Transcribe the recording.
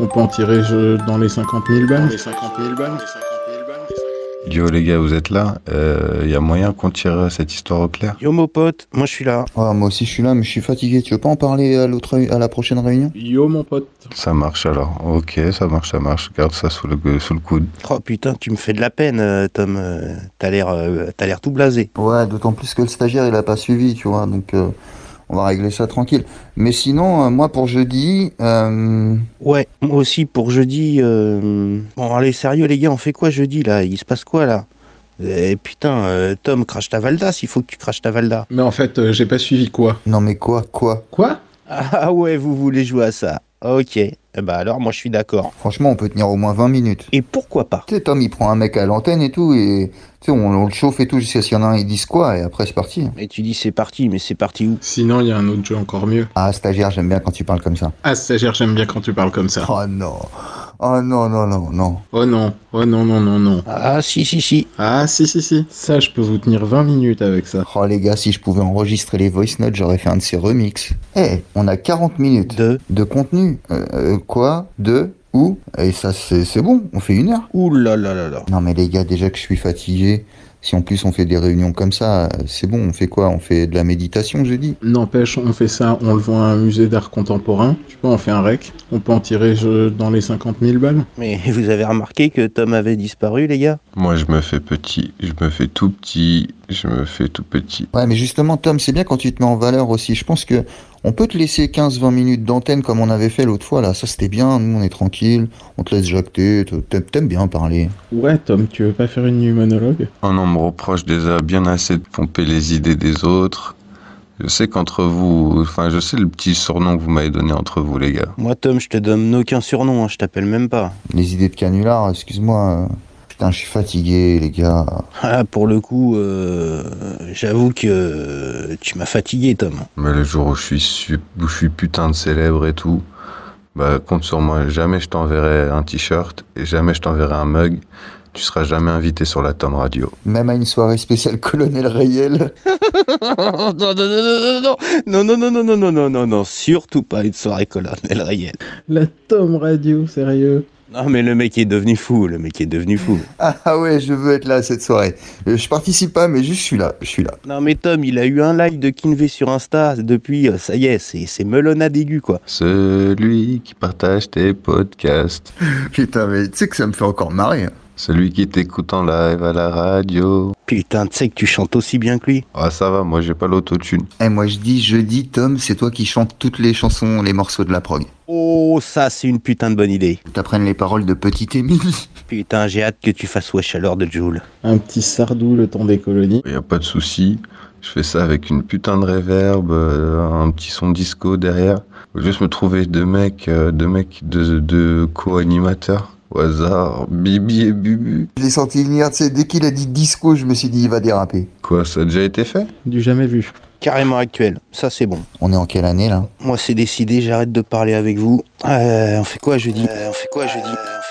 On peut en tirer je- dans les 50 000 balles. Yo les gars, vous êtes là Il y a moyen qu'on tire cette histoire au clair Yo mon pote, moi je suis là. Ah, moi aussi je suis là, mais je suis fatigué. Tu veux pas en parler à, l'autre, à la prochaine réunion Yo mon pote. Ça marche alors. Ok, ça marche, ça marche. Garde ça sous le, sous le coude. Oh putain, tu me fais de la peine, euh, Tom. euh, T'as l'air, euh, t'as l'air tout blasé. Ouais, d'autant plus que le stagiaire il a pas suivi, tu vois, donc euh, on va régler ça tranquille. Mais sinon, euh, moi pour jeudi, euh, Ouais, moi aussi pour jeudi. euh, Bon allez sérieux les gars, on fait quoi jeudi là Il se passe quoi là Eh putain, euh, Tom, crache ta valda s'il faut que tu craches ta valda. Mais en fait, euh, j'ai pas suivi quoi. non mais quoi, quoi Quoi Ah ouais, vous voulez jouer à ça Ok, eh bah alors moi je suis d'accord. Franchement, on peut tenir au moins 20 minutes. Et pourquoi pas Tu sais, Tom il prend un mec à l'antenne et tout, et tu sais, on, on le chauffe et tout jusqu'à ce qu'il y en a un, ils disent quoi, et après c'est parti. Et tu dis c'est parti, mais c'est parti où Sinon, il y a un autre jeu encore mieux. Ah, stagiaire, j'aime bien quand tu parles comme ça. Ah, stagiaire, j'aime bien quand tu parles comme ça. Oh non, oh non, non, non, non. Oh non, oh non, non, non, non. Ah si si si. Ah, si, si, si. Ça, je peux vous tenir 20 minutes avec ça. Oh les gars, si je pouvais enregistrer les voice notes, j'aurais fait un de ces remixes. Eh, on a 40 minutes. Deux. De contenu Euh, euh, Quoi De Où Et ça, c'est c'est bon, on fait une heure. Ouh là là là là. Non mais les gars, déjà que je suis fatigué, si en plus on fait des réunions comme ça, euh, c'est bon, on fait quoi On fait de la méditation jeudi N'empêche, on fait ça, on le vend à un musée d'art contemporain. Tu peux en faire un rec. On peut en tirer je- dans les 50 000 balles. Mais vous avez remarqué que Tom avait disparu les gars Moi, je me fais petit, je me fais tout petit, je me fais tout petit. Ouais mais justement Tom, c'est bien quand tu te mets en valeur aussi. Je pense que on peut te laisser 15-20 minutes d'antenne comme on avait fait l'autre fois là. Ça c'était bien, nous on est tranquille, on te laisse jacter, t- t'aimes t'aimes bien parler. Ouais, Tom, tu veux pas faire une nuit monologue Oh non, on me reproche déjà bien assez de pomper les idées des autres. Je sais qu'entre vous, enfin, je sais le petit surnom que vous m'avez donné entre vous, les gars. Moi Tom, je te donne aucun surnom, hein, je t'appelle même pas. Les idées de canular, excuse-moi. euh, Putain, je suis fatigué les gars. Ah, pour le coup, euh, j'avoue que euh, tu m'as fatigué, Tom. Mais le jour où je suis, su- où je suis putain de célèbre et tout, bah compte sur moi. Jamais je t'enverrai un t-shirt et jamais je t'enverrai un mug. Tu seras jamais invité sur la Tom Radio. Même à une soirée spéciale colonel Rayel. non, non, non, non, non, non, non, non, non, non, non, non, non, non, surtout pas une soirée colonel Rayel. La Tom Radio, sérieux Non, mais le mec est devenu fou, le mec est devenu fou. Ah, ah ouais, je veux être là à cette soirée. Euh, Je participe pas, mais juste je suis là, je suis là. Non, mais Tom, il a eu un like de Kinvé sur Insta depuis, euh, ça y est, c'est c'est melonade aiguë, quoi. Celui qui partage tes podcasts. Putain, mais tu sais que ça me fait encore marrer. hein. Celui qui t'écoute en live à la radio. Putain, tu sais que tu chantes aussi bien que lui. Ah ça va, moi j'ai pas l'autotune. Et Eh, moi je dis jeudi, Tom, c'est toi qui chantes toutes les chansons, les morceaux de la prog. Oh, ça, c'est une putain de bonne idée. T'apprennes les paroles de Petite Émilie. Putain, j'ai hâte que tu fasses Wesh alors de Joule. Un petit sardou le temps des colonies. Y a pas de souci. Je fais ça avec une putain de réverb, euh, un petit son disco derrière. Faut juste me trouver deux mecs, euh, deux mecs, deux, deux co-animateurs. Au hasard, Bibi et Bubu. J'ai senti une lumière, tu sais, dès qu'il a dit disco, je me suis dit il va déraper. Quoi, ça a déjà été fait Du jamais vu. Carrément actuel, ça c'est bon. On est en quelle année là Moi, c'est décidé, j'arrête de parler avec vous. Euh, on fait quoi jeudi Euh, On fait quoi jeudi Euh, on fait